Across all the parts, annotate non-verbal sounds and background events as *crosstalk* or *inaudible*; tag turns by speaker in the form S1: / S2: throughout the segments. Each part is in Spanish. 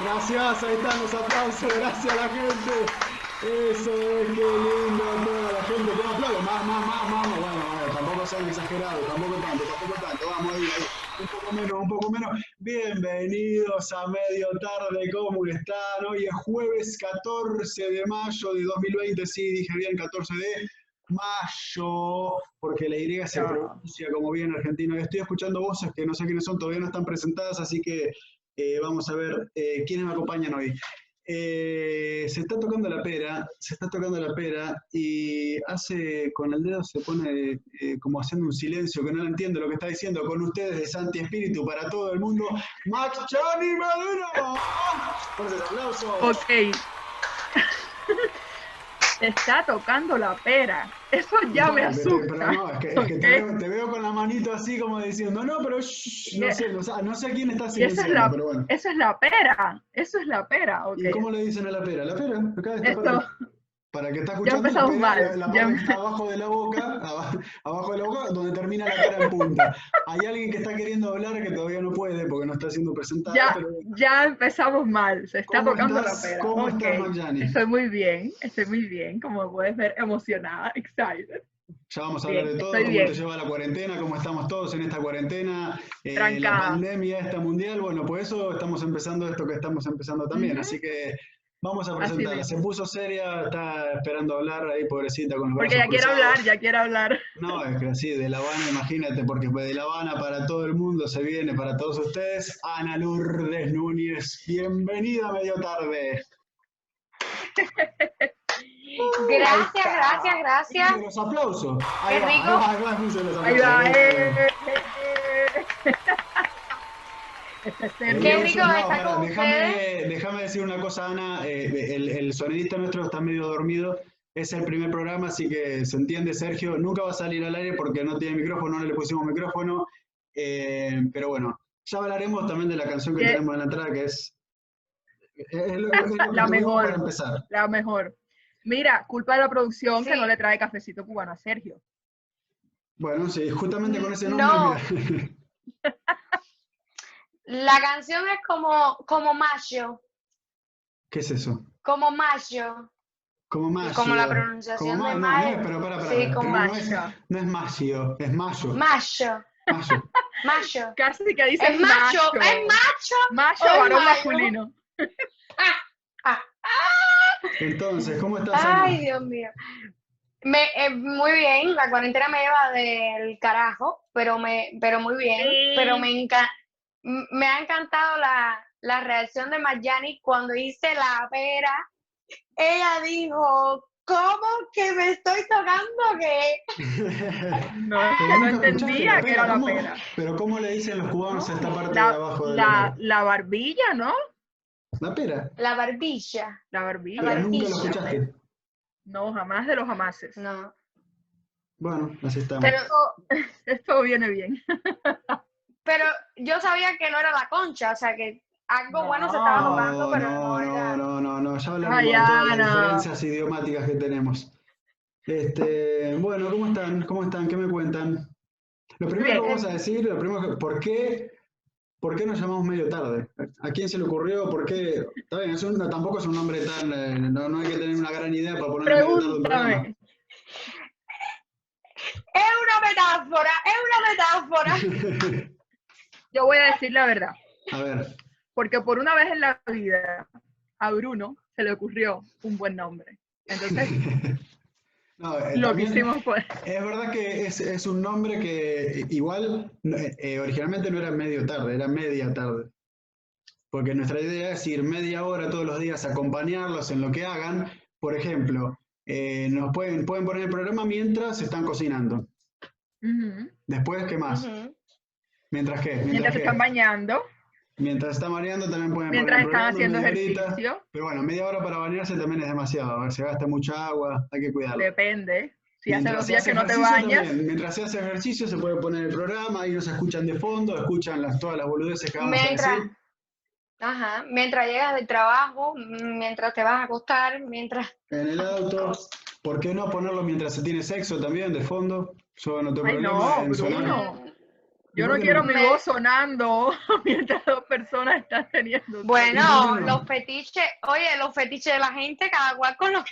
S1: Gracias, ahí están los aplausos, gracias a la gente. Eso es, qué lindo toda la gente. ¿Cómo aplaudo? Más, más, más, más. Bueno, bueno, tampoco sean exagerados, tampoco tanto, tampoco tanto. Vamos ahí, ahí. Un poco menos, un poco menos. Bienvenidos a Medio Tarde, ¿cómo están? Hoy es jueves 14 de mayo de 2020, sí, dije bien, 14 de mayo, porque la Y se pronuncia como bien argentino. Y estoy escuchando voces que no sé quiénes son, todavía no están presentadas, así que eh, vamos a ver eh, quiénes me acompañan hoy. Eh, se está tocando la pera, se está tocando la pera y hace con el dedo se pone eh, como haciendo un silencio que no lo entiendo lo que está diciendo con ustedes de Santi Espíritu para todo el mundo. Max Chani Maduro. Fuertes aplausos.
S2: Ok. *laughs* Te está tocando la pera. Eso ya
S1: No,
S2: me
S1: pero-
S2: asusta.
S1: pero no, es que, es que te,
S2: Ok.
S1: veo, te veo con la manito así como diciendo, no, pero shh, no, sé, no, sé- no sé a quién está
S2: Eh, Y esa, es
S1: silenciando,
S2: la,
S1: pero bueno.
S2: esa es la pera. Eso es la pera. Ok.
S1: ¿Y cómo le dicen a la pera? La pera, acá está
S2: Esto-
S1: para, para que está escuchando, la,
S2: empezamos
S1: pera,
S2: mal,
S1: la- la
S2: ya
S1: parte que
S2: empe-
S1: está abajo de la boca, aba- abajo de la boca, donde termina la cara en punta. Hay alguien que está queriendo hablar que todavía no puede porque no está siendo presentado,
S2: Ya,
S1: pero
S2: ya empezamos mal. Se está
S1: ¿Cómo
S2: tocando
S1: estás?
S2: la pera.
S1: ¿Cómo
S2: Ok.
S1: estás, Marjani?
S2: Estoy muy bien. Estoy muy bien. Como puedes ver, emocionada, *laughs* excited.
S1: ya vamos a hablar
S2: Bien,
S1: de todo,
S2: estoy
S1: cómo te
S2: bien.
S1: lleva la cuarentena, cómo estamos todos en esta cuarentena, eh, la
S2: Trancada.
S1: pandemia esta mundial, bueno, por eso estamos empezando esto que estamos empezando también,
S2: Ujú.
S1: así que vamos a
S2: Así
S1: presentarla. Se
S2: mismo.
S1: puso seria, está esperando hablar ahí, pobrecita, con los
S2: Porque
S1: brazos
S2: ya quiero
S1: cruzados.
S2: hablar, ya quiero hablar.
S1: No, es que así, de La Habana, imagínate, porque de La Habana para todo el mundo se viene, para todos ustedes, Ana Lourdes Núñez. Bienvenida a medio tarde.
S3: Gracias, gracias, gracias.
S1: Escuchen Los aplausos.
S3: Qué
S1: va,
S3: rico.
S1: Ahí va, escuchen los
S2: Ahí va.
S1: aplausos.
S2: eh, eh, eh. *laughs* Este es
S1: Eh,
S2: serio.
S3: Qué
S1: eso,
S3: rico
S1: no,
S3: estar
S1: pará,
S3: con
S1: déjame,
S3: ustedes.
S1: déjame decir una cosa, Ana. eh, el, el sonidista nuestro está medio dormido. Es el primer programa, así que se entiende, Sergio. Nunca va a salir al aire porque no tiene micrófono, no le pusimos micrófono. eh, pero bueno, ya hablaremos también de la canción que
S2: Bien.
S1: tenemos en la entrada, que es. es lo- es lo
S3: *laughs*
S1: que tuvimos
S2: mejor.
S1: Para empezar.
S2: La mejor. Mira, culpa de la producción que
S3: Sí.
S2: no le trae cafecito cubano a Sergio.
S1: Bueno, sí, justamente con ese nombre.
S3: No.
S1: mira. *laughs*
S3: La canción es como, como mayo,
S1: ¿Qué es eso?
S3: como mayo,
S1: Como
S3: y
S1: mayo.
S3: como la
S1: como
S3: pronunciación
S1: ma-
S3: de
S1: no,
S3: mayo.
S1: no, pero para, para,
S3: Sí, como
S1: no, es,
S2: mayo.
S1: no es mayo, es mayo.
S3: Mayo,
S1: mayo.
S3: mayo.
S2: Casi que dice
S3: Es macho, es macho.
S2: Macho,
S3: es
S2: varón
S3: macho.
S2: masculino.
S1: Entonces, ¿cómo estás, Ana?
S3: Ay, Dios mío. Me, eh, muy bien, la cuarentena me lleva del carajo, pero me, pero muy bien.
S2: Sí.
S3: Pero me enca- m- me ha encantado la, la reacción de Mayani cuando hice la pera. Ella dijo, ¿cómo que me estoy tocando qué?
S2: No, es
S1: Pero
S2: que no
S1: nunca escuchaste
S2: entendía
S1: la
S2: que
S1: pera,
S2: era la
S1: ¿cómo?
S2: pera.
S1: *laughs* Pero ¿cómo le dicen los cubanos a esta parte de
S2: La,
S1: abajo de
S2: la,
S1: la,
S2: la barbilla, ¿no?
S1: la pera?
S3: La barbilla.
S2: La barbilla.
S1: Pero nunca lo
S3: barbilla.
S1: escuchaste.
S2: No, jamás de los jamases.
S3: No.
S1: Bueno, así estamos.
S3: Pero,
S2: Esto viene bien.
S3: pero yo sabía que no era la concha, o sea que algo bueno se
S2: No,
S3: estaba
S1: no,
S3: jugando, pero no,
S1: no,
S3: era.
S1: no, no, no, no, ya hablaremos
S2: Ay,
S1: de todas las
S2: Ana.
S1: diferencias idiomáticas que tenemos. Este, bueno, ¿cómo están? ¿Cómo están? ¿Qué me cuentan? Lo primero
S2: Bien,
S1: que vamos a decir, lo primero que, ¿por qué, por qué nos llamamos medio tarde? ¿A quién se le ocurrió? ¿Por qué? Está bien, es un- no, tampoco es un nombre tan, eh, no, no hay que tener una gran idea para ponerle medio tarde a un programa.
S2: Pregúntame.
S3: Es una metáfora, es
S1: *laughs*
S3: una metáfora.
S2: Yo voy a decir la verdad.
S1: A ver,
S2: Porque por una vez en la vida a Bruno se le ocurrió un buen nombre. Entonces,
S1: *laughs* no, eh,
S2: lo
S1: también-
S2: quisimos fue.
S1: Es verdad que es, es un nombre que igual no, eh, eh, originalmente no era medio tarde, era media tarde. Porque nuestra idea es ir media hora todos los días, acompañarlos en lo que hagan. Por ejemplo, eh, nos pueden, pueden poner el programa mientras están cocinando.
S2: Ujú.
S1: Después, ¿qué más?
S3: Ujú.
S1: ¿Mientras qué?
S2: Mientras se
S1: qué?
S2: están bañando,
S1: Mientras están mareando también pueden
S2: mientras
S1: poner el
S2: están haciendo
S1: programa, media horita.
S2: ejercicio,
S1: Pero bueno, media hora para bañarse también es demasiado. Se gasta mucha agua, hay que cuidarlo.
S2: depende. Si hace
S1: Mientras
S2: dos
S1: se
S2: días
S1: hace
S2: que no te
S1: ejercicio
S2: bañas,
S1: también. Mientras se hace ejercicio se puede poner el programa, ahí nos escuchan de fondo, escuchan las, todas las boludeces que vamos a
S3: Mientras,
S1: decir.
S3: ajá, mientras llegas del trabajo, mm, mientras te vas a acostar, mientras.
S1: En el auto, ¿por qué no ponerlo mientras se tiene sexo también de fondo? Yo no tengo
S2: Ay,
S1: problema
S2: no, *laughs*
S1: en sonar.
S2: Bruno. Yo no
S1: Bueno.
S2: quiero mi
S3: Me-
S2: voz sonando *laughs* mientras dos personas están teniendo.
S3: Bueno,
S1: Bueno.
S3: los fetiches, oye, los fetiches de la gente, cada cual con lo que...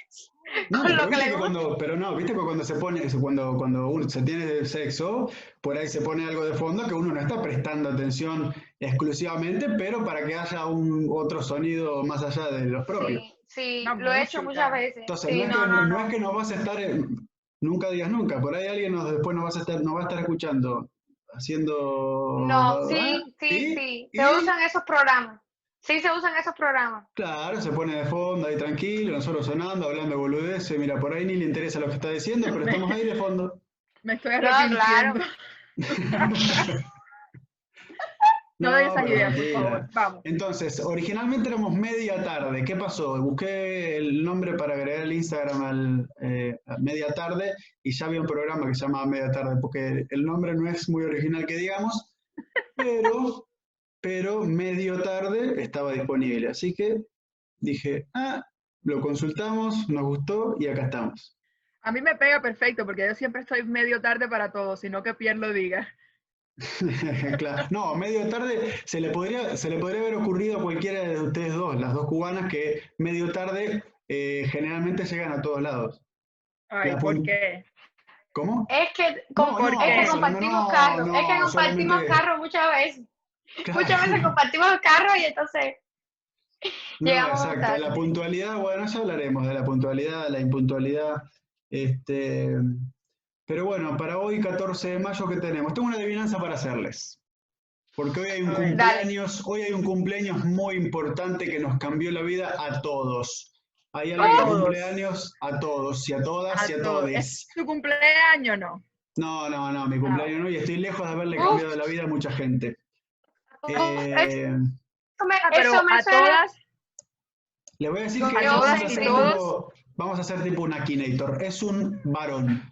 S1: No,
S3: Con lo
S1: pero
S3: que
S1: viste
S3: le
S1: que
S3: gusta.
S1: cuando- pero no, viste que cuando se pone, es cuando, cuando uno se tiene sexo, por ahí se pone algo de fondo que uno no está prestando atención exclusivamente, pero para que haya un otro sonido más allá de los propios.
S3: Sí, sí,
S2: Una
S3: lo he hecho
S2: música.
S3: muchas veces.
S1: Entonces,
S3: Sí,
S1: no es
S3: no,
S1: que,
S3: no,
S1: no
S3: no.
S1: es que nos vas a estar, eh, nunca digas nunca, por ahí alguien nos, después nos vas a estar, nos va a estar escuchando, haciendo.
S3: No,
S1: ¿eh?
S3: sí, sí,
S1: Y-
S3: sí.
S1: y-
S3: Se usan esos programas. Sí, se usan esos programas.
S1: Claro, se pone de fondo ahí tranquilo, nosotros sonando, hablando de boludeces, mira, por ahí ni le interesa lo que está diciendo, pero estamos ahí de fondo.
S3: *laughs*
S2: Me estoy
S3: No, claro.
S2: arrepintiendo. *laughs* No, de esas
S1: pero
S2: ideas, por
S1: mentira.
S2: favor. Vamos.
S1: Entonces, originalmente éramos media tarde. ¿Qué pasó? Busqué el nombre para agregar el Instagram al eh, a media tarde y ya había un programa que se llamaba media tarde, porque el nombre no es muy original que digamos, pero, pero medio tarde estaba disponible. Así que dije, ah, lo consultamos, nos gustó y acá estamos.
S2: A mí me pega perfecto porque yo siempre estoy medio tarde para todo, sino que Pierre lo diga.
S1: *laughs* Claro. No, medio tarde se le podría, se le podría haber ocurrido a cualquiera de ustedes dos, las dos cubanas que medio tarde eh, generalmente llegan a todos lados.
S2: Ay,
S1: Ya,
S2: ¿por
S1: pun-
S2: qué?
S1: ¿cómo?
S3: Es que, com-
S1: No, no,
S3: es que
S2: eso,
S3: compartimos
S1: no,
S3: carro, es que
S1: no,
S3: compartimos
S1: solamente-
S3: carro muchas
S1: *laughs*
S3: veces.
S1: Claro.
S3: Muchas veces compartimos carro y entonces
S1: Eh, No,
S3: llegamos
S1: exacto.
S3: tarde.
S1: La puntualidad, bueno, ya hablaremos de la puntualidad, la impuntualidad. Este, pero bueno, para hoy, 14 de mayo, ¿qué tenemos? Tengo una adivinanza para hacerles. Porque hoy hay un
S2: A ver.
S3: Dale.
S1: cumpleaños, hoy hay un cumpleaños muy importante que nos cambió la vida a todos. Hay
S2: A
S1: alguien de
S2: todos.
S1: cumpleaños a todos, y a todas,
S2: A
S1: y a
S2: todos.
S1: todes.
S2: ¿Su cumpleaños no?
S1: No, no, no, mi cumpleaños no, y estoy lejos de haberle cambiado la vida a mucha gente. Eh,
S3: eso me,
S2: Ah, Pero
S3: eso me
S2: a
S3: suena-
S2: todas,
S1: Les voy a decir
S3: Los
S1: que
S3: que
S1: vamos a
S3: todas y
S1: hacer
S2: todos.
S1: tipo- vamos a hacer tipo un Akinator. Es un varón.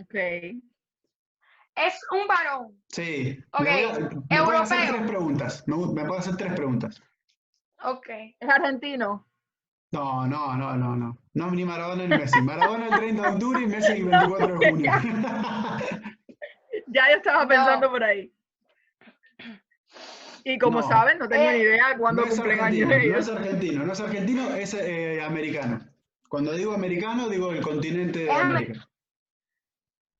S2: ok.
S3: es un varón.
S1: Sí.
S3: Ok,
S1: Me voy a- me pueden hacer
S3: europeo.
S1: tres preguntas. Me, gu- me pueden hacer tres preguntas.
S3: Ok.
S2: ¿Es argentino?
S1: No, no, no, no, no. No, ni Maradona ni Messi. Maradona el 30 de octubre y Messi el 24 de
S3: *laughs*
S1: junio.
S2: Ya yo estaba
S3: No.
S2: pensando por ahí. Y como
S1: No.
S2: saben, no tengo
S3: Eh,
S2: ni idea
S1: No
S2: cuándo
S1: es
S2: cumplen
S1: argentino,
S2: años
S1: no es
S2: ellos.
S1: argentino, no es argentino, es eh, americano. Cuando digo americano, digo el continente de
S3: Es amer-
S1: América.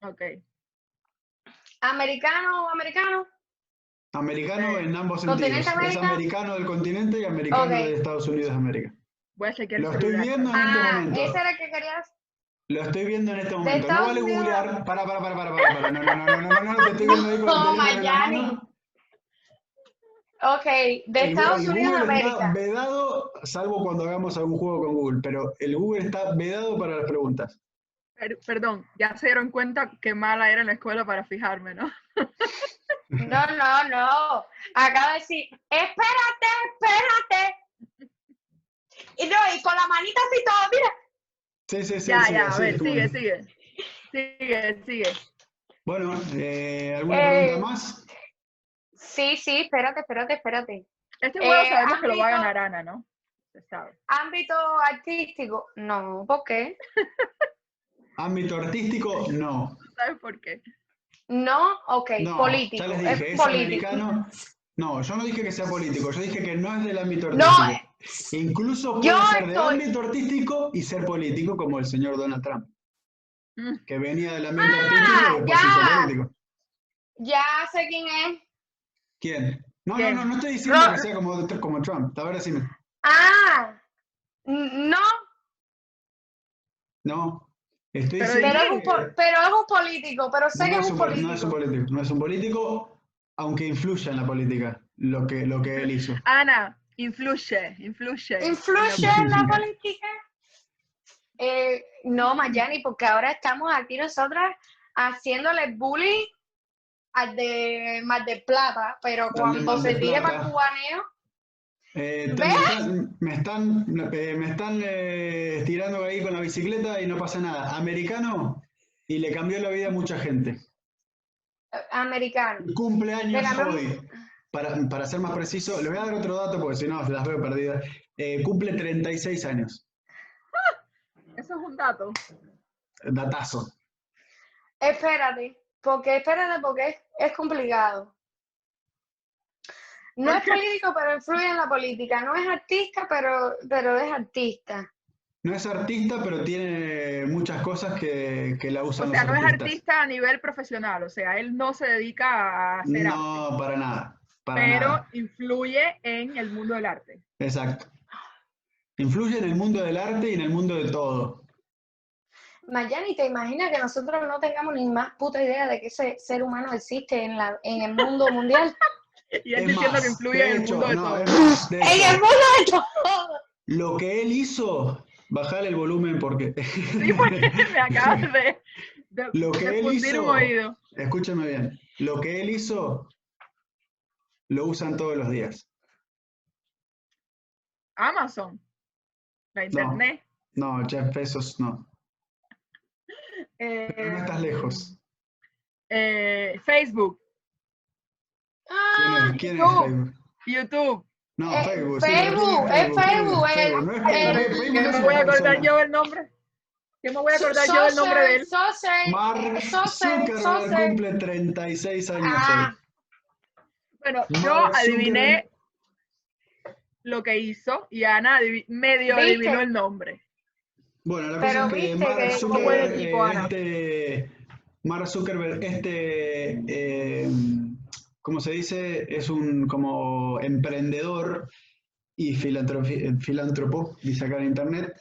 S2: Ok.
S3: ¿Americano o americano?
S1: Americano en ambos
S3: ¿Continente
S1: sentidos. Es
S3: América?
S1: americano del continente y americano
S3: Ok.
S1: de Estados Unidos de América.
S2: Voy a chequear el
S1: Lo estoy
S2: celular.
S1: viendo en este
S3: Ah,
S1: momento.
S3: ese era el que querías.
S1: Lo estoy viendo en este momento. No
S3: Estados
S1: vale
S3: Unidos.
S1: googlear. Para, para, para, para, para, para. No, no, no, no, no, no, no, te estoy viendo
S3: *laughs*
S1: ahí con el
S3: No,
S1: teléfono en la
S3: Miami.
S1: mano.
S3: Ok, de
S1: El-
S3: Estados
S1: el
S3: Unidos de
S1: Google está
S3: América.
S1: vedado, salvo cuando hagamos algún juego con Google, pero el Google está vedado para las preguntas.
S2: Per- perdón, ya se dieron cuenta que mala era en la escuela para fijarme, ¿no?
S3: No, no, no. Acaba de decir, espérate, espérate. Y no, y con la manita así todo, mira.
S1: Sí, sí, sí.
S2: ya,
S1: sí,
S2: ya, a
S1: así
S2: ver,
S1: estuvo.
S2: sigue, sigue. Sigue, sigue.
S1: Bueno, eh, ¿alguna
S3: Eh,
S1: pregunta más?
S3: Sí, sí, espérate, espérate, espérate.
S2: Este juego
S3: Eh,
S2: sabemos que lo va a
S3: ámbito-
S2: ganar Ana, ¿no? Se sabe.
S3: Ámbito artístico, no, ¿por qué?
S1: Ámbito artístico, no.
S2: ¿Sabes por qué?
S3: No, ok,
S1: No,
S3: político,
S1: ya les dije,
S3: es
S1: es
S3: político.
S1: americano. No, yo no dije que sea político, yo dije que no es del ámbito
S3: No,
S1: artístico. Incluso puede
S3: yo
S1: ser del
S3: estoy-
S1: ámbito artístico y ser político, como el señor Donald Trump,
S2: Mm.
S1: que venía del ambiente
S3: Ah,
S1: artístico y después se hizo
S3: ya.
S1: político.
S3: ya sé quién es.
S1: ¿Quién? No,
S2: ¿Quién?
S1: no, no, no estoy diciendo
S3: No.
S1: que sea como, como Trump. A ver, decime.
S3: Ah, n- no,
S1: No, estoy
S2: Pero
S1: diciendo
S3: pero es, un,
S1: que
S3: po- pero es un político, pero sé que
S1: no, es
S3: es un
S1: un, pol- no es un
S3: político.
S1: político. No es un político, aunque influya en la política lo que, lo que él hizo.
S2: Ana, influye, influye.
S3: ¿Influye en la política? Eh, no, Mayani, porque ahora estamos aquí nosotras haciéndole bullying al de Mar del Plata, pero
S1: de
S3: cuando
S1: Mar
S3: se
S1: del
S3: tire
S1: Plata.
S3: para cubaneo,
S1: Eh, te- me están, me están, eh, me están, eh, estirando ahí con la bicicleta y no pasa nada. Americano y le cambió la vida a mucha gente.
S3: eh, americano.
S1: Cumpleaños
S3: Le ganó-
S1: hoy. Para, para ser más preciso, les voy a dar otro dato porque si no, las veo perdidas. Eh, cumple 36 años.
S2: Eso es un dato.
S1: Datazo.
S3: Espérate, Porque, espérate, porque es, es complicado. No
S2: ¿Por
S1: *laughs*
S3: es
S2: qué?
S3: político, pero influye en la política. No es artista, pero, pero es artista.
S1: No es artista, pero tiene muchas cosas que, que la
S2: O
S1: usan
S2: sea,
S1: los
S2: no es
S1: artistas.
S2: artista a nivel profesional, o sea, él no se dedica a hacer arte,
S1: No, para nada. Para
S2: pero
S1: nada.
S2: influye en el mundo del arte.
S1: Exacto. Influye en el mundo del arte y en el mundo de todo.
S3: Mayani, ¿te imaginas que nosotros no tengamos ni más puta idea de que ese ser humano existe en, la, en el mundo
S1: *laughs*
S3: mundial?
S2: Y él
S1: Es
S2: diciendo
S1: más,
S2: que influye
S1: de
S2: en el
S1: hecho,
S2: mundo de
S1: no,
S2: todo.
S3: *laughs*
S1: es más, de
S3: ¡En el
S1: hecho,
S3: mundo de todo!
S1: lo que él hizo, bajar el volumen porque, *laughs*
S2: Sí, pues. porque *laughs* me acabas de, de,
S1: Lo que
S2: de
S1: él
S2: fundir
S1: hizo-
S2: un oído.
S1: escúchame bien, lo que él hizo lo usan todos los días.
S2: Amazon, la internet.
S1: No, Jeff Bezos no.
S2: eh,
S1: No estás lejos.
S2: eh, Facebook,
S1: ¿Quién
S3: ¡Ah!
S1: es, quién es
S2: no.
S1: Facebook?
S2: YouTube.
S1: No,
S3: Eh,
S1: Facebook.
S3: Facebook, es Facebook, eh. es-
S1: No es
S3: es-
S1: Facebook,
S2: ¿Qué
S1: no es
S2: me
S1: una
S2: voy a acordar
S1: persona.
S2: yo el nombre? ¿Qué me voy a acordar yo el nombre de él?
S3: Sosei,
S1: Mark
S3: Sosei,
S1: Zuckerberg cumple 36 años
S3: Ah,
S2: Bueno,
S1: Mark
S2: yo
S1: Zuckerberg.
S2: adiviné lo que hizo y Ana adivi- medio
S3: ¿Viste?
S2: adivinó el nombre.
S1: hoy. Bueno, la
S3: pero
S1: cosa es que
S3: viste
S1: Mark
S3: que es como
S1: Zuckerberg,
S2: buen equipo,
S1: eh,
S2: Ana.
S1: este, Mark Zuckerberg, este, eh, como se dice, es un como emprendedor y filantrofi- eh, filántropo, dice acá en internet,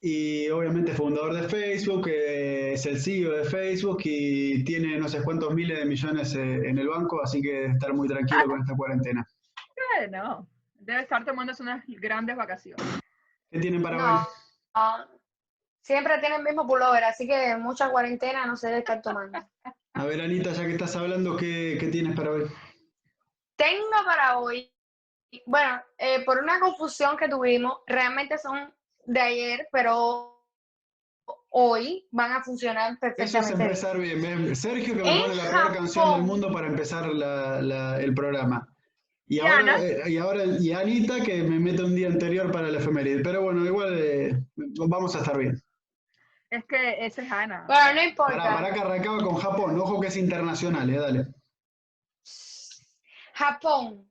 S1: y obviamente fundador de Facebook, eh, es el CEO de Facebook y tiene no sé cuántos miles de millones eh, en el banco, así que debe estar muy tranquilo con esta cuarentena.
S2: Bueno, debe estar tomándose unas grandes vacaciones.
S1: ¿Qué tienen para
S3: No.
S1: hoy?
S3: ah, siempre tiene el mismo pullover, así que mucha cuarentena no se debe estar tomando.
S1: A ver, Anita, ya que estás hablando, ¿qué, qué tienes para hoy?
S3: Tengo para hoy, bueno, eh, por una confusión que tuvimos, realmente son de ayer, pero hoy van a funcionar
S1: Eso es
S3: perfectamente. bien.
S1: empezar bien. ¿ves? Sergio que me
S3: En
S1: pone la peor canción del
S3: Japón.
S1: mundo para empezar la- la- el programa. Y
S2: Y
S1: ahora,
S2: Ana.
S1: eh, y ahora, y Anita que me mete un día anterior para la efeméride. Pero bueno, igual eh, vamos a estar bien.
S2: Es que esa es Ana.
S3: Bueno, no
S1: Pará,
S3: importa.
S1: pará que arrancaba con Japón. Ojo que es internacional, eh, dale.
S3: Japón.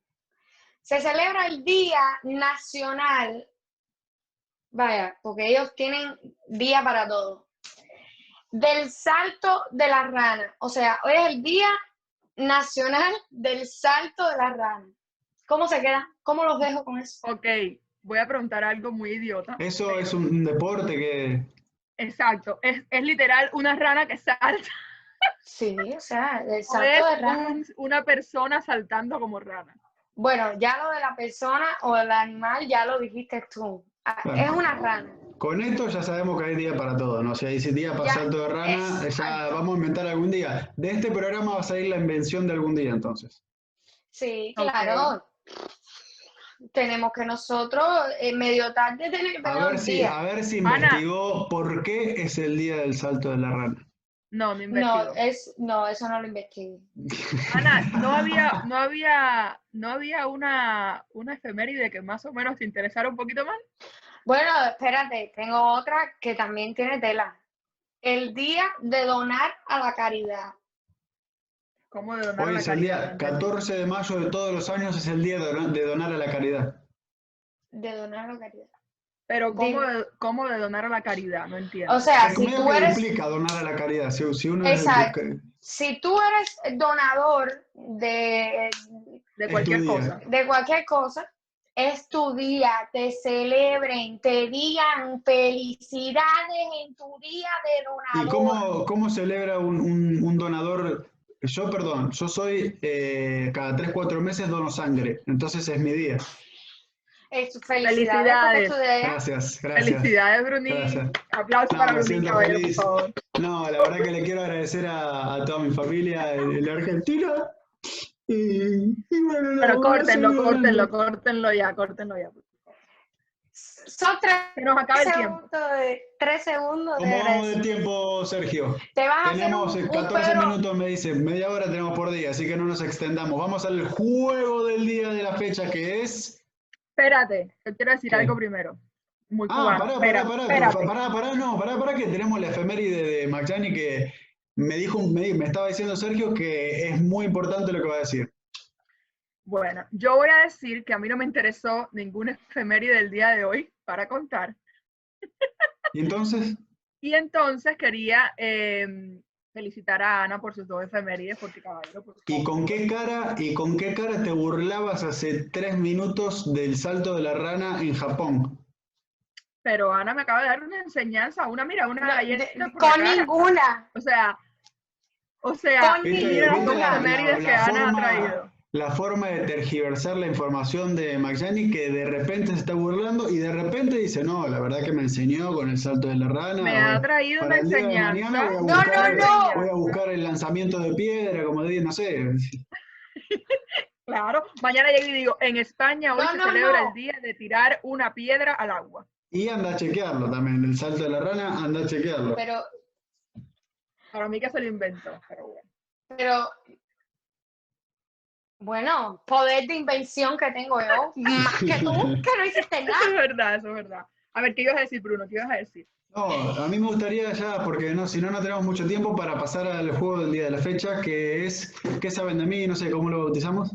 S3: Se celebra el Día Nacional. Vaya, porque ellos tienen día para todo. Del salto de la rana. O sea, hoy es el Día Nacional del Salto de la Rana. ¿Cómo se queda? ¿Cómo los dejo con eso?
S2: Ok, voy a preguntar algo muy idiota.
S1: Eso
S2: pero-
S1: es un, deporte que.
S2: Exacto, es, es literal una rana que salta.
S3: Sí, o sea, del
S2: o
S3: salto
S2: es
S3: de rana.
S2: un- una persona saltando como rana.
S3: Bueno, ya lo de la persona o el animal ya lo dijiste tú. Ah,
S1: Claro.
S3: Es una rana.
S1: Con esto ya sabemos que hay día para todo, ¿no? Si hay día para
S3: Ya,
S1: salto de rana, ya
S3: exacto.
S1: vamos a inventar algún día. De este programa va a salir la invención de algún día entonces.
S3: Sí,
S2: Ok.
S3: claro. Tenemos que nosotros, eh, medio tarde, tener que
S1: A
S3: tener
S1: ver
S3: un
S1: si,
S3: día.
S1: a ver si
S2: Ana.
S1: investigó por qué es el día del salto de la rana.
S2: No, no
S3: No, eh.
S2: investigó.
S3: es, no, eso no lo investigué.
S2: Ana, no había, no había, no había una, una efeméride que más o menos te interesara un poquito más.
S3: Bueno, espérate, tengo otra que también tiene tela. El día de donar a la caridad.
S2: ¿Cómo de donar a
S1: Hoy
S2: la
S1: es el día
S2: caridad?
S1: 14 de mayo de todos los años, es el día de donar, de donar a la caridad.
S3: De donar a la caridad.
S2: Pero ¿cómo
S3: Dime.
S2: de, cómo de donar a la caridad? No entiendo.
S3: O sea,
S1: Es
S3: si
S1: medio
S3: tú
S1: que
S3: eres,
S1: implica donar a la caridad. Si, si uno es el
S3: Exacto.
S1: que-
S3: si tú eres donador de,
S2: de cualquier
S1: estudia.
S2: cosa.
S3: de cualquier cosa, es tu día, te celebren, te digan felicidades en tu día de
S1: ¿Y
S3: donador.
S1: cómo, cómo celebra un, un- un donador? Yo, perdón, yo soy eh, cada 3, 4 meses dono sangre, entonces es mi día.
S3: Eso, felicidades. porque tu día-
S1: Gracias, gracias.
S2: Felicidades, Bruni.
S1: Gracias.
S2: Aplausos
S1: No,
S2: para
S1: me
S2: Bruni,
S1: siento
S2: caballero, por
S1: feliz.
S2: favor.
S1: No, la verdad que le quiero agradecer a, a toda mi familia de de Argentina. Y, y bueno, la
S2: Pero
S1: voy a
S2: córtenlo,
S1: seguir
S2: córtenlo,
S1: hablando.
S2: córtenlo ya, córtenlo ya.
S3: Son tres
S2: Se nos acaba el tiempo.
S3: segundos de, tres segundos de
S1: ¿Cómo vamos de
S3: agradecimiento.
S1: tiempo, Sergio?
S3: Te vas a hacer un,
S1: Tenemos eh,
S3: un
S1: 14
S3: Pedro-
S1: minutos, me dicen, media hora tenemos por día, así que no nos extendamos. Vamos al juego del día de la fecha que es.
S2: Espérate, yo quiero decir
S1: ¿Qué?
S2: algo primero. Muy
S1: Ah,
S2: cubano.
S1: pará, pará,
S2: Espera,
S1: pará,
S2: espérate.
S1: pará, pará, no, pará, pará, que tenemos la efeméride de Maggiani que Me dijo, me, me estaba diciendo Sergio que es muy importante lo que va a decir.
S2: Bueno, yo voy a decir que a mí no me interesó ningún efeméride del día de hoy para contar.
S1: Y entonces,
S2: Y entonces quería eh, felicitar a Ana por sus dos efemérides, porque caballero. pues, por
S1: ¿y
S2: favor.
S1: con qué cara, y con qué cara te burlabas hace tres minutos del salto de la rana en Japón?
S2: Pero Ana me acaba de dar una enseñanza, una, mira, una
S3: De-
S2: galletita por la
S3: con
S2: cara.
S3: ninguna.
S2: O sea, o sea,
S3: Con
S1: Viste, viste
S2: mira las dos
S3: ninguna.
S1: la- la
S2: efemérides que Ana ha
S1: forma-
S2: traído.
S1: La forma de tergiversar la información de Maggiani que de repente se está burlando y de repente dice, no, la verdad que me enseñó con el salto de la rana.
S2: Me
S1: o-
S2: ha traído
S1: para
S2: una
S1: el día de
S2: enseñanza.
S1: mañana voy a
S3: No,
S1: buscar-
S3: no,
S1: Voy a buscar el lanzamiento de piedra, como dije, no sé.
S2: Claro, mañana llego y digo, en España hoy
S3: No,
S2: se
S3: no,
S2: celebra
S3: no.
S2: el día de tirar una piedra al agua.
S1: Y anda a chequearlo también, el salto de la rana, anda a chequearlo.
S3: Pero,
S2: Para mí que se lo inventó, pero bueno.
S3: pero. Bueno, poder de invención que tengo
S1: *laughs*
S3: yo, más que tú, que no hiciste nada.
S2: Eso es verdad, eso es verdad. A ver, ¿qué ibas a decir, Bruno? ¿Qué ibas a decir?
S1: No, a mí me gustaría ya, porque no, si no, no tenemos mucho tiempo para pasar al juego del día de la fecha, que es, ¿qué saben de mí? No sé, ¿cómo lo bautizamos?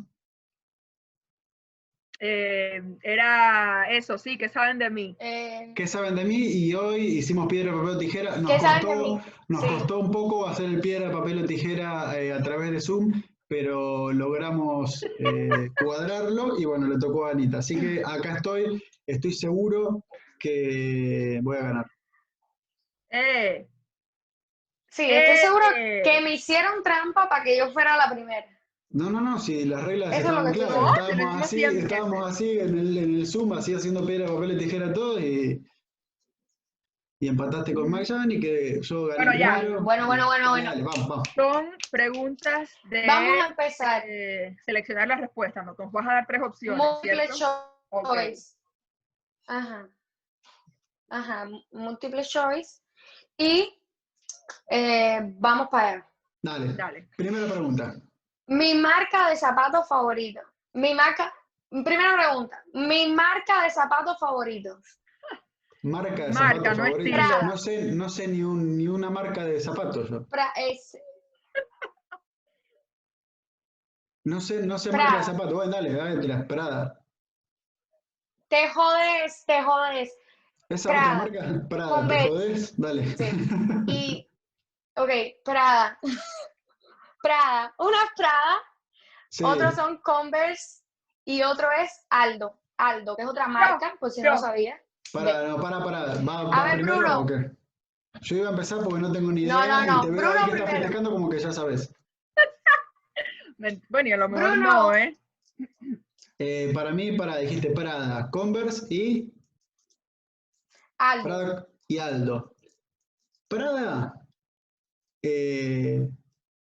S2: Eh, era eso, sí, que saben de mí.
S3: Eh,
S1: ¿Qué saben de mí? Y hoy hicimos piedra, papel o tijera. Nos
S3: ¿Qué
S1: costó,
S3: saben de mí?
S1: Nos
S3: Sí.
S1: costó un poco hacer el piedra, papel o tijera eh, a través de Zoom, pero logramos eh, *laughs* cuadrarlo y bueno, le tocó a Anita. Así que acá estoy, estoy seguro que voy a ganar.
S2: Eh,
S3: sí, estoy seguro
S2: eh,
S3: que me hicieron trampa para que yo fuera la primera.
S1: No, no, no, sí, las reglas
S3: Eso es
S1: estaban
S3: lo que estoy-
S1: claras.
S2: No,
S1: Estábamos
S2: lo hicimos
S1: así,
S2: siempre.
S1: estábamos así en el, en el Zoom, así haciendo piedra, papel o tijera todo y, y empataste con Mike Jan y que yo gané
S2: Bueno, ya.
S1: primero.
S3: Bueno, bueno, bueno, bueno.
S1: Dale, vamos, vamos.
S2: Son preguntas de
S3: Vamos a empezar.
S2: eh, seleccionar las respuestas, ¿no? Nos vas a dar tres opciones,
S3: Múltiple
S2: ¿cierto? Ok.
S3: choice. Ajá. Ajá, m- múltiple choice. Y eh, vamos para allá.
S1: Dale,
S2: Dale.
S1: primera pregunta.
S3: Mi marca de zapatos favorito. Mi marca. Primera pregunta. Mi marca de zapatos favorito.
S1: Marca de
S2: Marca,
S1: zapatos
S2: no
S1: favoritos.
S2: estilo.
S1: No sé, no sé ni, un- ni una marca de zapatos yo.
S3: Pra- es-
S1: No sé, no sé
S3: Prada.
S1: marca de zapatos. Bueno, dale, dale, la Prada.
S3: te jodes, te jodes.
S1: Esa
S3: Prada.
S1: otra marca, Prada,
S3: Con
S1: ¿te
S3: B.
S1: jodés? Dale.
S3: Sí. Y. Ok,
S2: *laughs*
S3: Prada. Prada. Una es Prada,
S1: *laughs* Sí.
S3: otros son Converse y otro es Aldo. Aldo, que es otra marca, por si no
S2: yo.
S3: lo sabía.
S1: Para, no, para, para. ¿Va, va
S3: ver,
S1: primero
S3: Bruno.
S1: o qué? Yo iba a empezar porque no tengo ni idea
S3: No, no, no,
S1: y te veo
S3: Bruno
S1: ahí que estás
S3: primero.
S1: festejando como que ya sabes.
S2: Men- Bueno, y a lo mejor
S3: Bruno.
S2: no, ¿eh?
S1: Eh, para mí, para, dijiste Prada, Converse y
S3: Aldo.
S1: Prada y Aldo. Prada eh,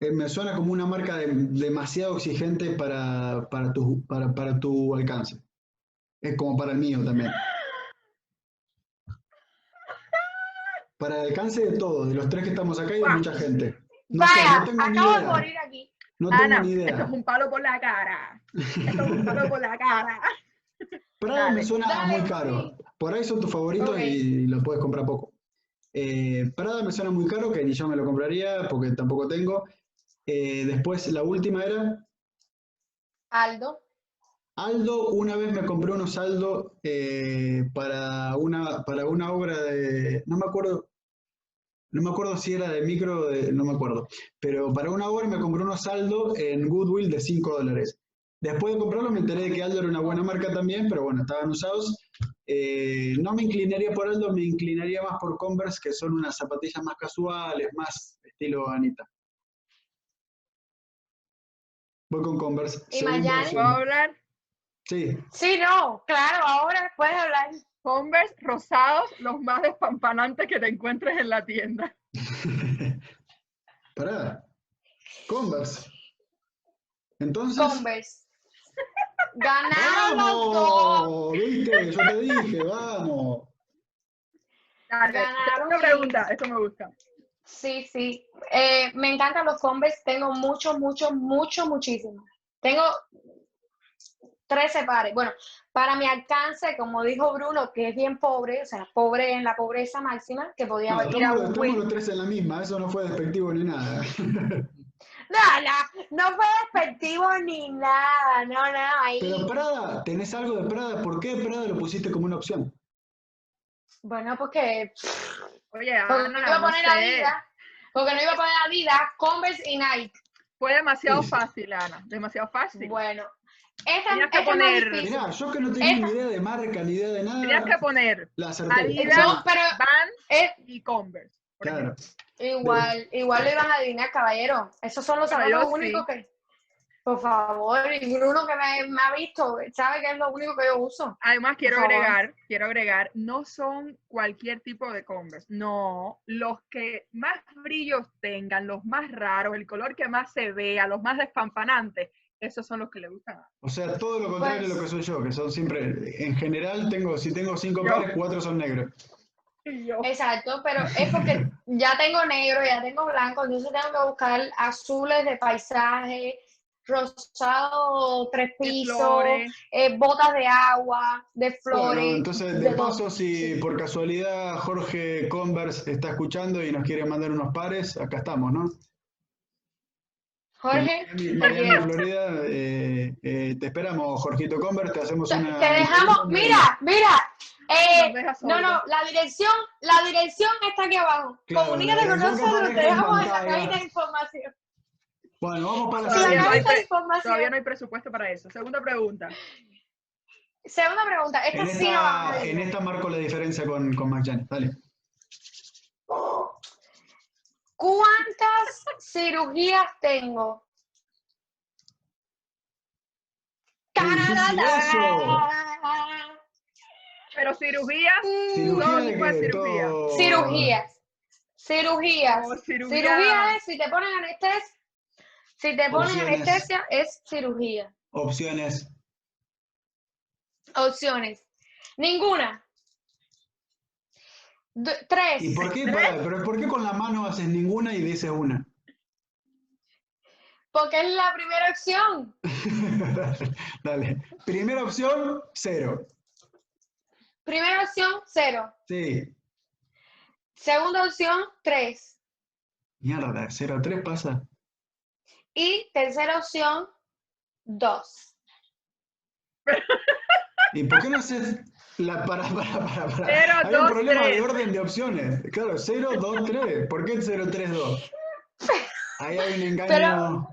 S1: eh, me suena como una marca de- demasiado exigente para, para, tu, para, para tu alcance. Es como para el mío también. Para el alcance de todos, de los tres que estamos acá y de mucha gente. No sé,
S3: Vaya,
S1: no tengo ni
S3: acabo de
S1: idea.
S3: morir Ah, aquí.
S1: No tengo
S2: Ana,
S1: ni
S2: esto es
S1: idea.
S2: un palo por la
S1: *laughs*
S2: cara. Esto es un palo por la cara.
S1: Prada me
S2: dale,
S1: suena a
S3: dale,
S1: muy caro. Por ahí son tus favoritos
S3: Ok.
S1: y los puedes comprar poco. Eh, Prada me suena muy caro, que ni yo me lo compraría porque tampoco tengo. Eh, después, la última era
S3: Aldo.
S1: Aldo. Una vez me compré unos Aldo eh, para, una, para una obra de. No me acuerdo. No me acuerdo si era de micro, de- no me acuerdo. Pero para una obra me compré unos Aldo en Goodwill de 5 dólares. Después de comprarlo me enteré de que Aldo era una buena marca también, pero bueno, estaban usados. Eh, no me inclinaría por Aldo, me inclinaría más por Converse, que son unas zapatillas más casuales, más estilo Anita. Voy con Converse.
S3: ¿Y
S1: según
S3: Miami?
S1: versión.
S2: ¿Puedo hablar?
S1: Sí,
S3: Sí, no, claro, ahora puedes hablar.
S2: Converse rosados, los más despampanantes que te encuentres en la tienda.
S1: *laughs* Pará. Converse. Entonces.
S3: Converse.
S1: *laughs*
S3: Ganaron los dos.
S1: ¡Vamos! ¿Viste? Yo te dije, vamos.
S2: Dale,
S3: Ganaron,
S2: una
S3: sí.
S2: pregunta, esto me gusta.
S3: Sí, sí. Eh, me encantan los Converse. Tengo mucho, mucho, mucho, muchísimo. Tengo 13 pares. Bueno, para mi alcance, como dijo Bruno, que es bien pobre, o sea, pobre en la pobreza máxima, que podía
S1: No,
S3: haber
S1: estamos,
S3: tirado
S1: los-
S3: un
S1: estamos
S3: win.
S1: los tres en la misma, eso no fue despectivo ni nada.
S3: Nada, no fue despectivo ni nada, no, no, ahí.
S1: Pero Prada, ¿tenés algo de Prada? ¿Por qué Prada lo pusiste como una opción?
S3: Bueno, porque,
S2: Oye,
S3: porque no
S2: Ana,
S3: iba
S2: Ah,
S3: a
S2: no
S3: poner
S2: sé.
S3: Adidas, porque no iba a poner Adidas, Converse y Nike.
S2: Fue demasiado
S1: Sí.
S2: fácil, Ana. Demasiado fácil.
S3: Bueno, esta,
S2: Tenías que
S3: esta es más
S2: poner-
S3: difícil.
S1: Mirá, yo que no tenía
S3: Esa-
S1: ni idea de marca, ni idea de
S2: Tenías que
S1: nada,
S2: poner
S1: la acerté.
S2: Adidas.
S1: Sí,
S3: No, pero
S2: Vans
S3: es
S2: y Converse. por
S1: Claro.
S2: ejemplo.
S3: igual, igual lo iban a adivinar, caballero. Esos son los
S2: Bueno,
S3: zapatos
S2: yo sí.
S3: únicos que. Por favor, y Bruno que me, me ha visto, sabe que es lo único que yo uso.
S2: Además, quiero
S3: favor.
S2: agregar, quiero agregar, no son cualquier tipo de Converse. No, los que más brillos tengan, los más raros, el color que más se vea, los más despampanantes, esos son los que le gustan. a-
S1: O sea, todo lo contrario de lo que soy yo, que son siempre, en general tengo, si tengo cinco
S2: Yo.
S1: pares, cuatro son negros.
S2: Y yo,
S3: Exacto, pero es porque ya tengo negro, ya tengo blanco, entonces tengo que buscar azules de paisaje, rosado tres
S2: de
S3: pisos,
S2: flores.
S3: eh, botas de agua, de
S1: Bueno,
S3: flores.
S1: entonces, de
S3: de todo.
S1: paso, si por casualidad Jorge Converse está escuchando y nos quiere mandar unos pares, acá estamos, ¿no?
S3: Jorge,
S1: Miami, Miami, Florida, eh, eh, te esperamos, Jorgito Converse, te hacemos
S3: te
S1: una...
S3: te dejamos, mira, mira, eh,
S2: Nos dejas
S3: no, no,
S2: solos.
S3: la dirección, la dirección está aquí abajo.
S1: Claro,
S3: Comunícate
S1: la
S3: con
S1: dirección que
S3: nosotros, te
S1: aparezca en
S3: dejamos en la
S1: pantalla.
S3: cajita de información.
S1: Bueno, vamos para la
S3: En
S2: Todavía
S3: la
S2: no hay
S1: siguiente.
S3: cajita de
S2: pre- Todavía
S3: información.
S2: no hay presupuesto para eso. Segunda pregunta.
S3: Segunda pregunta, esta
S1: En
S3: sí no vamos a
S1: esta,
S3: ver.
S1: en esta marco la diferencia con, con Mac Janis, dale.
S3: ¿Cuántas cirugías tengo?
S1: Qué difícil eso.
S2: Pero cirugías,
S1: Cirugía
S2: No,
S1: de
S2: no fue
S1: que
S2: cirugía.
S1: todo-
S3: Cirugías. Cirugías.
S2: no, cirugías.
S3: Cirugía es si te ponen anestesia. Si te ponen
S1: Opciones.
S3: anestesia es cirugía.
S1: Opciones.
S3: Opciones. Ninguna. Du- tres.
S1: ¿Y por qué, pará, pero por qué con la mano haces ninguna y dices una? *laughs*
S3: Porque es la primera opción.
S1: Dale. Primera opción, cero.
S3: Primera opción, cero.
S1: Sí.
S3: Segunda opción, tres.
S1: Mierda, cero a tres pasa.
S3: Y tercera opción, dos.
S1: ¿Y por qué no haces la para, para, para, para?
S2: Cero,
S1: Hay un
S2: dos,
S1: problema de
S2: tres.
S1: orden de opciones. Claro, 0, 2, 3. ¿Por qué 0, 3, 2? Ahí hay un engaño.
S3: Pero-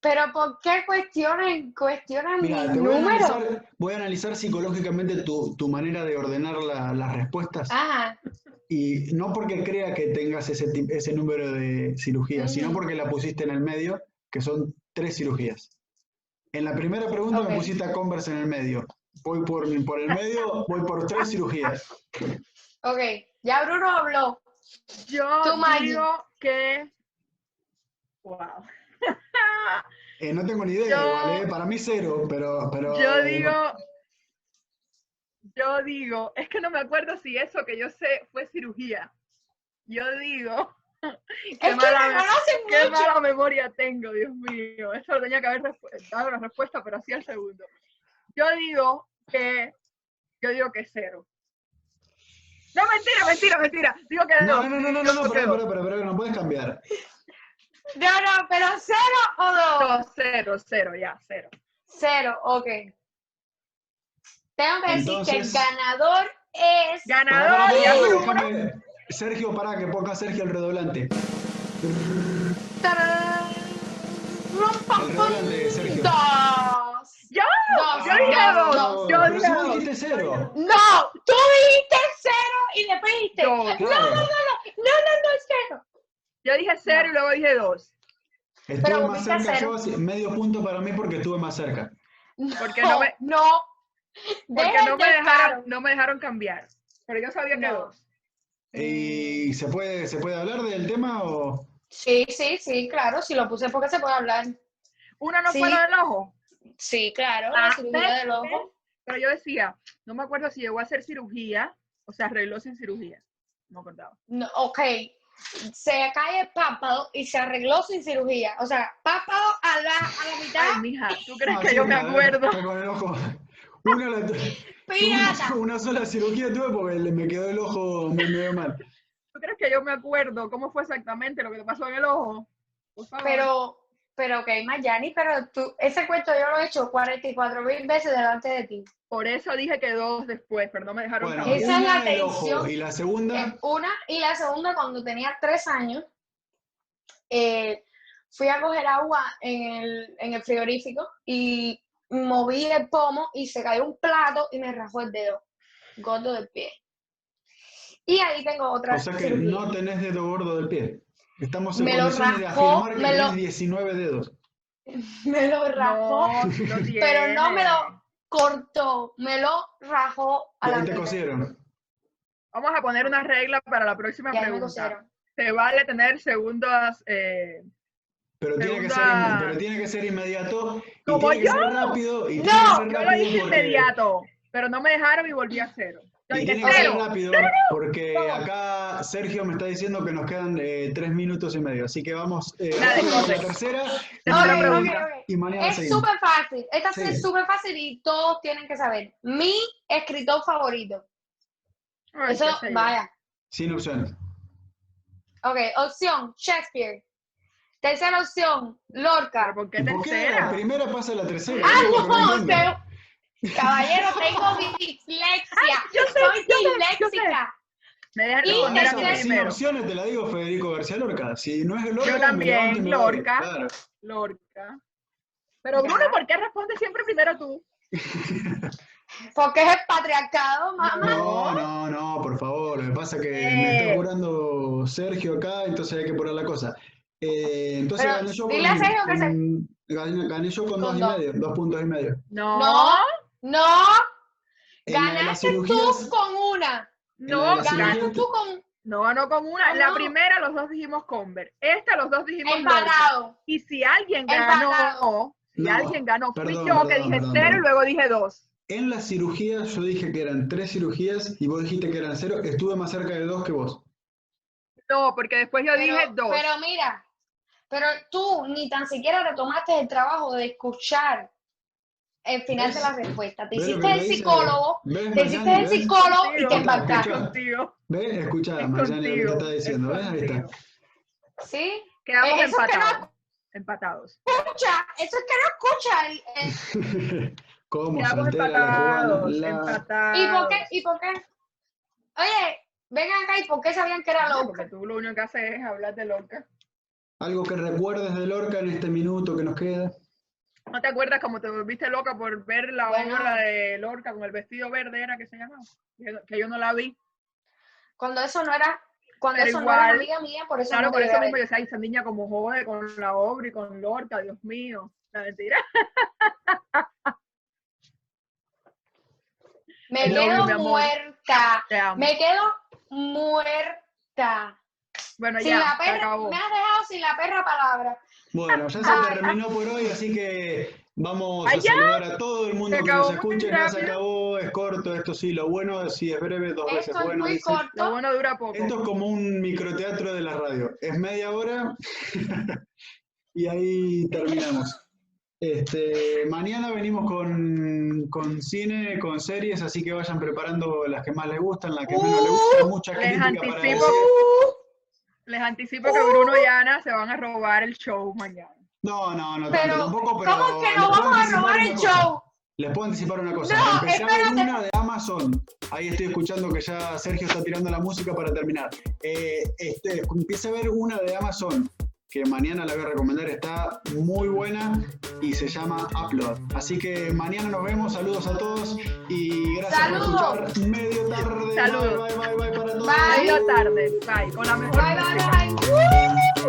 S3: Pero ¿por qué cuestionan, cuestionan
S1: Mira,
S3: mis
S1: te voy a,
S3: números?
S1: analizar, voy a analizar psicológicamente tu, tu manera de ordenar la- las respuestas.
S3: Ajá.
S1: Y no porque crea que tengas ese, ti- ese número de cirugías, sino
S3: Ujú.
S1: porque la pusiste en el medio, que son tres cirugías. En la primera pregunta me
S3: Ok.
S1: pusiste a Converse en el medio. Voy por, por el
S2: *laughs*
S1: medio, voy por tres cirugías.
S3: Ok. Ya Bruno habló.
S2: Yo
S3: Tú, Maggie.
S2: digo que. Wow. *laughs*
S1: Eh, no tengo ni idea,
S2: Yo-
S1: igual, eh, para mí cero, pero... pero eh,
S2: Yo digo. Yo digo, es que no me acuerdo si eso que yo sé fue cirugía. Yo digo. *laughs* Qué
S3: Es que
S2: mala,
S3: me
S2: me-
S3: conocen
S2: qué
S3: mucho.
S2: mala memoria tengo, Dios mío. Eso lo tenía que haber respu- dado la respuesta, pero hacía el segundo. Yo digo que. Yo digo que cero. No, mentira, mentira, mentira. Digo que
S1: No,
S2: no.
S1: no, no, no, no, no, pará, pará, pará, pará, no puedes cambiar.
S3: No, no, pero cero o dos.
S2: No, cero, cero, ya, cero.
S3: Cero, ok. Tengo que decir que el
S1: Entonces-
S3: ganador es.
S1: Pará, pará,
S2: Ganador,
S1: pará,
S2: ya
S1: pará,
S2: Bruno.
S1: déjame- Sergio, pará, que ponga Sergio el redoblante.
S3: ¡Tarán! Rum, pam,
S1: El
S3: pam.
S1: redoblante de Sergio.
S3: Dos.
S2: ¡Yo!
S3: Dos,
S2: ¡Yo dije
S3: dos,
S2: dos!
S3: dos.
S2: ¡Yo
S1: Pero
S2: dije
S1: si vos
S2: dos!
S1: dijiste cero.
S3: No, tú dijiste cero y después dijiste.
S2: Yo,
S3: No, no, no,
S1: claro.
S3: no, no, no, no, cero.
S2: Yo dije cero y luego dije dos.
S1: Estuve
S3: Pero
S1: más
S3: volviste a
S1: cerca
S3: cero.
S1: yo, así- medio punto para mí porque estuve más cerca.
S2: Porque no me-
S3: No.
S2: Porque
S3: Dejen
S2: no me,
S3: de
S2: dejaron,
S3: estar.
S2: no me dejaron cambiar. Pero yo sabía que
S3: No.
S2: dos.
S3: Mm.
S1: ¿Y se puede, se puede hablar del tema o...?
S3: Sí, sí, sí, claro, si lo puse porque se puede hablar.
S2: Una no
S3: Sí.
S2: fue la del ojo.
S3: Sí, claro,
S2: Ah,
S3: la cirugía del
S2: ¿ves?
S3: ojo.
S2: Pero yo decía, no me acuerdo si llegó a hacer cirugía, o sea, arregló sin cirugía. No me acordaba.
S3: No, ok, se cae el párpado y se arregló sin cirugía. O sea, párpado a la, a la
S2: Ay,
S3: mitad,
S2: mija, ¿tú crees
S1: Así,
S2: que yo me
S1: mira,
S2: acuerdo?
S1: que con el ojo. Una,
S3: *laughs*
S1: la-
S3: pirata.
S1: una- una sola cirugía tuve porque le- me quedó el ojo me- medio mal.
S2: ¿Tú crees que yo me acuerdo cómo fue exactamente lo que te pasó en el ojo? Por favor.
S3: Pero, pero ok, Mayani, pero tú, ese cuento yo lo he hecho 44 mil veces delante de ti.
S2: Por eso dije que dos después, pero no me dejaron
S1: Bueno,
S2: acabar.
S3: Esa es la
S1: una el ojo
S3: tensión.
S1: Y la segunda,
S3: Es Una, y la segunda, cuando tenía tres años, eh, fui a coger agua en el, en el frigorífico y moví el pomo y se cayó un plato y me rajó el dedo, gordo del pie. Y ahí tengo otra
S1: o sea que
S3: cirugía.
S1: no tenés dedo gordo del pie. Estamos en
S3: Me lo
S1: condiciones de
S3: raspó,
S1: afirmar que
S3: me lo-
S1: tenés 19 dedos.
S3: *laughs* Me lo rajó,
S2: No, sí lo
S3: pero no me
S2: tiene.
S3: lo cortó, me lo rajó a
S1: Y
S3: la
S1: ahí te
S3: mitad.
S1: cosieron.
S2: Vamos a poner una regla para la próxima
S3: Y ahí me
S2: pregunta.
S3: cosieron.
S2: Se vale tener segundas. eh,
S1: Pero tiene, que ser,
S2: Segunda-
S1: inme- pero tiene que ser inmediato. y
S2: Como
S1: tiene que
S2: yo.
S1: ser rápido. Y
S3: No,
S1: tiene que ser
S2: Yo lo
S1: rápido
S2: hice
S1: porque-
S2: inmediato, pero no me dejaron y volví a cero. Yo
S1: Y
S2: dije
S1: tiene que ser
S2: cero.
S1: rápido porque acá Sergio me está diciendo que nos quedan eh, tres minutos y medio. Así que vamos eh,
S2: Dale,
S1: rápido con la
S2: correcto.
S1: tercera
S2: No, no,
S3: Ok,
S2: pero-
S3: ok,
S1: y,
S3: ok.
S1: y mañana
S3: Es
S1: seguimos.
S3: súper fácil. Esta sí
S1: Sí.
S3: es súper fácil y todos tienen que saber. Mi escritor favorito.
S2: Ay,
S3: Eso,
S2: qué sé yo.
S3: vaya.
S1: Sin opciones.
S3: Ok, opción, Shakespeare. Tercera opción, Lorca.
S2: Pero ¿por qué
S1: ¿Y por qué la
S2: tercera?
S1: primera pasa a la tercera?
S3: ¡Ah,
S1: Es lo que
S3: no!
S1: entiendo.
S3: te- Caballero, tengo dislexia.
S2: Yo sé,
S3: Soy
S2: yo sé, yo sé.
S3: disléxica.
S2: Me dejan
S3: Y
S1: Con
S2: responder a
S1: eso
S2: mí
S1: que
S3: tercera-
S1: sin
S2: primero.
S1: opciones te la digo Federico García Lorca. Si no es el Lorca, me
S2: también,
S1: levanto y me voy.
S2: Lorca.
S1: Claro.
S2: Lorca. Pero Bruno, ¿por qué respondes siempre primero tú?
S3: Porque es el patriarcado, mamá.
S1: No,
S3: ¿Ah?
S1: no, no, por favor. Lo que pasa es que me
S2: Eh.
S1: está curando Sergio acá, entonces hay que poner la cosa. Eh, entonces
S3: Pero
S1: gané yo,
S3: dile a Sergio que se-
S1: con- gané- gané yo con
S3: Con
S1: dos y
S3: dos.
S1: medio, dos puntos y medio.
S2: No, Eh,
S3: No, no.
S1: En la de las
S3: Ganaste
S1: cirugías-
S3: tú con una.
S1: en
S2: no,
S1: la cirugía-
S2: gan-
S3: Ganaste tú con
S2: no, no con una.
S3: No,
S2: En la
S3: no.
S2: primera los dos dijimos Conver. Esta los dos dijimos Lorca.
S3: empatado.
S2: Y si alguien ganó,
S3: Empatado.
S2: si
S1: No,
S2: alguien ganó, fui
S1: perdón,
S2: yo que
S1: perdón,
S2: dije
S1: perdón,
S2: cero y
S1: perdón.
S2: luego dije dos.
S1: En la cirugía yo dije que eran tres cirugías y vos dijiste que eran cero. Estuve más cerca de dos que vos.
S2: No, porque después yo dije dos.
S3: pero mira, pero tú ni tan siquiera te tomaste el trabajo de escuchar el final de
S1: ¿Ves?
S3: la respuesta. Te
S1: ¿Ves lo que
S3: hiciste el
S1: te dice?
S3: psicólogo,
S1: ¿Ves,
S3: te
S1: Mariani?
S3: hiciste el
S1: ¿Ves?
S3: psicólogo y te
S2: Contigo,
S1: impactaste.
S3: empataste.
S2: contigo,
S1: ¿Ves? Escuchá,
S2: es
S1: Mariani, lo que te
S2: contigo,
S1: está
S2: es
S1: diciendo. ¿Ves? Ahí está. *laughs*
S2: contigo.
S3: ¿Sí?
S2: Quedamos
S3: Eh, eso es que no-
S2: empatados. Empatados.
S3: Escucha, eso es que no escucha. eh, el- el-
S1: ¿Cómo
S2: Quedamos
S1: soltera la cubana?
S2: empatados.
S1: La...
S2: Empatados.
S3: ¿Y por qué? ¿Y por qué? Oye, vengan acá y por qué sabían que era
S2: No,
S3: loca.
S2: Porque tú lo único que haces es hablar de loca.
S1: Algo que recuerdes de Lorca en este minuto que nos queda.
S2: ¿No te acuerdas cómo te volviste loca por ver la
S3: Bueno.
S2: obra de Lorca con el vestido verde era que se llamaba? Que, que yo no la vi.
S3: Cuando eso no era, cuando
S2: Pero
S3: eso no era
S2: igual,
S3: amiga mía, por eso
S2: Claro,
S3: no te
S2: por
S3: llegué
S2: eso
S3: a ver.
S2: mismo yo decía, "Ay, esa niña como jode con la obra y con Lorca, Dios mío. La mentira.
S3: Me
S2: Te odio,
S3: quedo
S2: mi amor.
S3: muerta.
S2: Te amo.
S3: Me quedo muerta.
S2: Bueno,
S3: Sin
S2: ya,
S3: la
S2: se
S3: perra,
S2: acabó.
S3: me has dejado sin la perra palabra.
S1: Bueno, ya se
S3: Ay.
S1: terminó por hoy, así que vamos a
S2: Ay, ya.
S1: saludar a todo el mundo
S2: Se
S1: que nos
S2: acabó muy
S1: escuche. Ya se
S2: rápido.
S1: acabó, es corto, esto sí, lo bueno, si es breve, dos veces
S3: Esto es
S1: pues, bueno.
S3: muy
S1: dicen.
S2: Lo
S3: corto.
S2: bueno dura poco.
S1: Esto es como un microteatro de la radio. Es media hora *laughs* y ahí terminamos. Este, mañana venimos con, con cine, con series, así que vayan preparando las que más les gustan, las que menos les
S3: Uh,
S1: gustan, mucha
S2: les
S1: crítica para
S2: anticipo.
S1: decir.
S2: pues. Les anticipo que Bruno y Ana se van a robar el show mañana.
S1: No, no, no,
S3: Pero,
S1: tanto tampoco, pero.
S3: ¿Cómo que
S1: les
S3: nos
S1: puedo
S3: vamos a
S1: anticipar
S3: robar
S1: una
S3: el
S1: cosa.
S3: show?
S1: Les puedo anticipar una cosa.
S3: No,
S1: Empecé a ver
S3: espérate.
S1: una de Amazon. Ahí estoy escuchando que ya Sergio está tirando la música para terminar. Eh, este, empecé a ver una de Amazon que mañana la voy a recomendar. Está muy buena y se llama Upload. Así que mañana nos vemos. Saludos a todos y gracias
S3: Saludos.
S1: por escuchar. Medio tarde.
S2: Saludos.
S1: Bye, bye, bye, bye para todos.
S3: Bye.
S2: Medio tarde. Bye. Con la mejor.
S3: Bye,
S2: música.
S3: bye, bye.